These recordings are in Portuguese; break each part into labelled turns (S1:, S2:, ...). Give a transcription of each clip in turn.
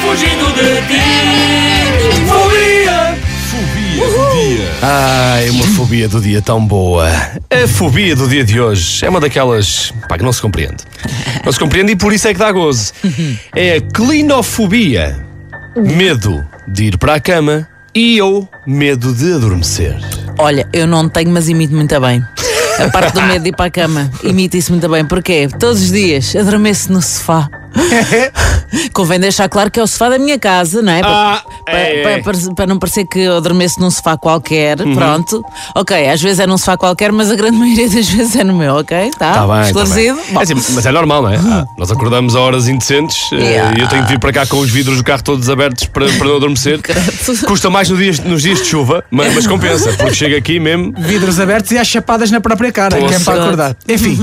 S1: fugindo de ti. Fobia!
S2: Fobia do dia.
S3: Ai, uma fobia do dia tão boa. A fobia do dia de hoje é uma daquelas pá, que não se compreende. Não se compreende e por isso é que dá gozo. É a clinofobia. Medo de ir para a cama e ou medo de adormecer.
S4: Olha, eu não tenho, mas imito muito bem. A parte do medo de ir para a cama, imito isso muito bem. Porquê? Todos os dias adormeço no sofá. Convém deixar claro que é o sofá da minha casa, não é?
S3: Ah,
S4: para,
S3: é, Uhum.
S4: para-
S3: é.
S4: para- para não parecer que eu adormeço num sofá qualquer, pronto. Ok, às vezes é num sofá qualquer, mas a grande maioria das vezes é no meu, ok? Tá,
S3: Tá bem, tá bem.
S4: Esclarecido? Bom.
S3: É assim, mas é normal, não é? Ah, nós acordamos a horas indecentes eh,
S4: Yeah.
S3: e eu tenho de vir para cá com os vidros do carro todos abertos para, para não adormecer. Custa mais no dias- nos dias de chuva, mas, mas compensa, porque chega aqui mesmo.
S5: Vidros abertos e as chapadas na própria cara,
S3: Poxa.
S5: que é para acordar. Enfim,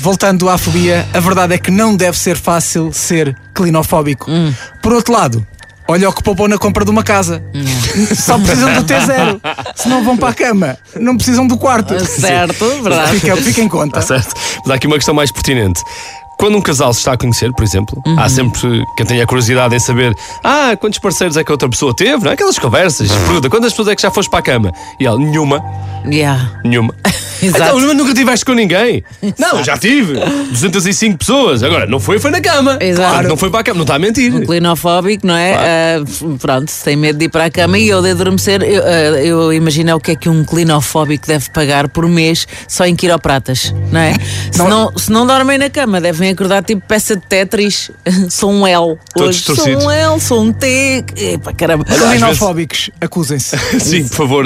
S5: voltando à fobia, a verdade é que não deve ser fácil ser clinofóbico.
S3: Hum.
S5: Por outro lado, olha o que poupou na compra de uma casa.
S3: Hum.
S5: Só precisam do T0, senão vão para a cama. Não precisam do quarto.
S3: Ah,
S4: Certo, verdade.
S5: Fica, fica em conta.
S3: Tá certo? Mas há aqui uma questão mais pertinente. Quando um casal se está a conhecer, por exemplo,
S4: Uhum.
S3: há sempre quem tenha curiosidade em saber ah, quantos parceiros é que a outra pessoa teve, não é? Aquelas conversas,
S4: Uhum.
S3: pergunta, quantas pessoas é que já foste para a cama? E ela, nenhuma,
S4: Yeah,
S3: nenhuma.
S4: Exato.
S3: Então, nunca tiveste com ninguém? Não, já tive. 205 pessoas. Agora, não foi, foi na cama.
S4: Exato.
S3: Claro que não foi para a cama, não está a mentir.
S4: Um clinofóbico, não é? Ah, pronto, tem medo de ir para a cama e eu de adormecer. Eu, ah, eu imagino é o que é que um clinofóbico deve pagar por mês só em quiropratas, não é? Se,
S5: Não-
S4: não, se não dormem na cama, devem acordar tipo peça de Tetris. sou um L.
S3: Todos
S4: Hoje sou
S3: torcidos.
S4: um L, sou um T. Epá, caramba.
S5: Clinofóbicos, acusem-se.
S3: Sim, por favor,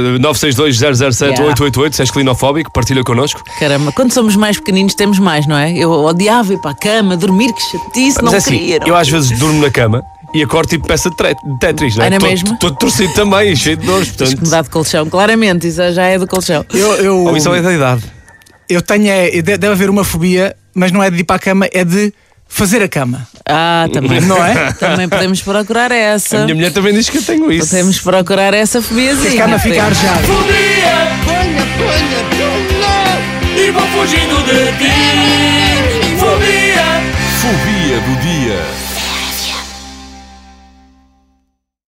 S3: 962-007-888, se és clinofóbico, partilha connosco.
S4: Caramba, quando somos mais pequeninos temos mais, não é? Eu odiava ir para a cama, dormir, que chatice, não
S3: Mas é assim,
S4: queria. não
S3: eu às vezes durmo na cama e acordo tipo peça de tre- de Tetris, não é?
S4: Ah, não é
S3: Tô-
S4: mesmo?
S3: tô torcido também, cheio de dores,
S4: Tens que
S3: portanto.
S4: mudar de colchão, claramente, isso já é do colchão.
S5: Eu, eu,
S3: Ou isso é da idade.
S5: eu tenho. é- de- deve haver uma fobia, mas não é de ir para a cama, é de fazer a cama.
S4: Ah, também.
S5: Não é?
S4: Também podemos procurar essa.
S3: A minha mulher também diz que eu tenho isso.
S4: Podemos procurar essa fobiazinha.
S5: A cama fica
S4: Temos.
S5: arejada.
S1: Fobia! E vou fugindo de ti.